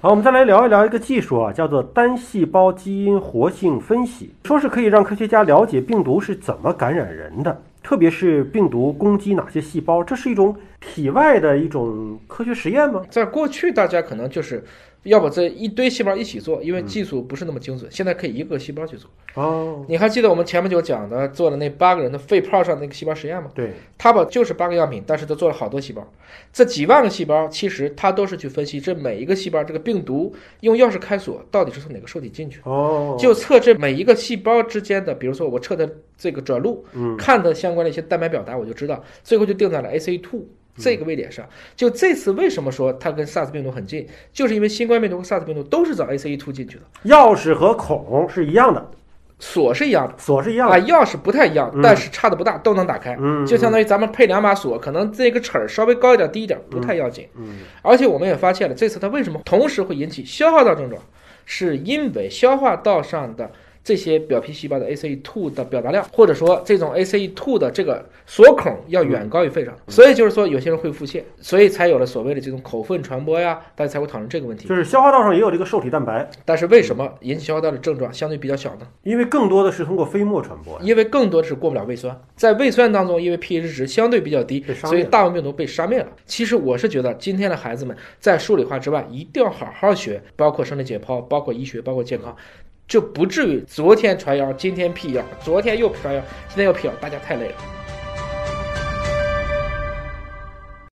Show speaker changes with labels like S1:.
S1: 好，我们再来聊一聊一个技术啊，叫做单细胞基因活性分析，说是可以让科学家了解病毒是怎么感染人的，特别是病毒攻击哪些细胞。这是一种体外的一种科学实验吗？
S2: 在过去，大家可能就是要把这一堆细胞一起做，因为技术不是那么精准。现在可以一个细胞去做。
S1: 哦，
S2: 你还记得我们前不久讲的做的那八个人的肺泡上那个细胞实验吗？
S1: 对，
S2: 他把就是八个样品，但是他做了好多细胞，这几万个细胞其实他都是去分析这每一个细胞这个病毒用钥匙开锁到底是从哪个受体进去的，
S1: 哦，
S2: 就测这每一个细胞之间的，比如说我测它这个转录，
S1: 嗯，
S2: 看它相关的一些蛋白表达，我就知道，最后就定在了
S1: 嗯
S2: ACE2 这个位点上。就这次为什么说它跟 SARS 病毒很近，就是因为新冠病毒和 SARS 病毒都是找 ACE2 进去的，
S1: 钥匙和孔是一样的，
S2: 锁是一样的。
S1: 锁是一样
S2: 啊，
S1: 的，
S2: 钥匙不太一样
S1: 嗯，
S2: 但是差的不大，都能打开。
S1: 嗯，
S2: 就相当于咱们配两把锁，可能这个齿儿稍微高一点、低一点，不太要紧。
S1: 嗯，
S2: 而且我们也发现了，这次它为什么同时会引起消化道症状，是因为消化道上的这些表皮细胞的 ACE2 的表达量，或者说这种 ACE2 的这个锁孔要
S1: 嗯
S2: 远高于肺上，所以就是说有些人会腹泻，所以才有了所谓的这种口粪传播呀，大家才会讨论这个问
S1: 嗯
S2: 题。
S1: 就是消化道上也有这个受体蛋白，
S2: 但是为什么引起消化道的症状相对比较小呢？
S1: 因为更多的是通过飞沫传播呀。
S2: 因为更多的是过不了胃酸，在胃酸当中，因为 pH 值相对比较低
S1: 被，杀灭了
S2: 所以大部分病毒被杀灭了。其实我是觉得，今天的孩子们在数理化之外，一定要好好学，包括生理解剖，包括医学，包括健康，就不至于昨天传谣，今天辟谣，昨天又传谣，今天又辟谣，大家太累了。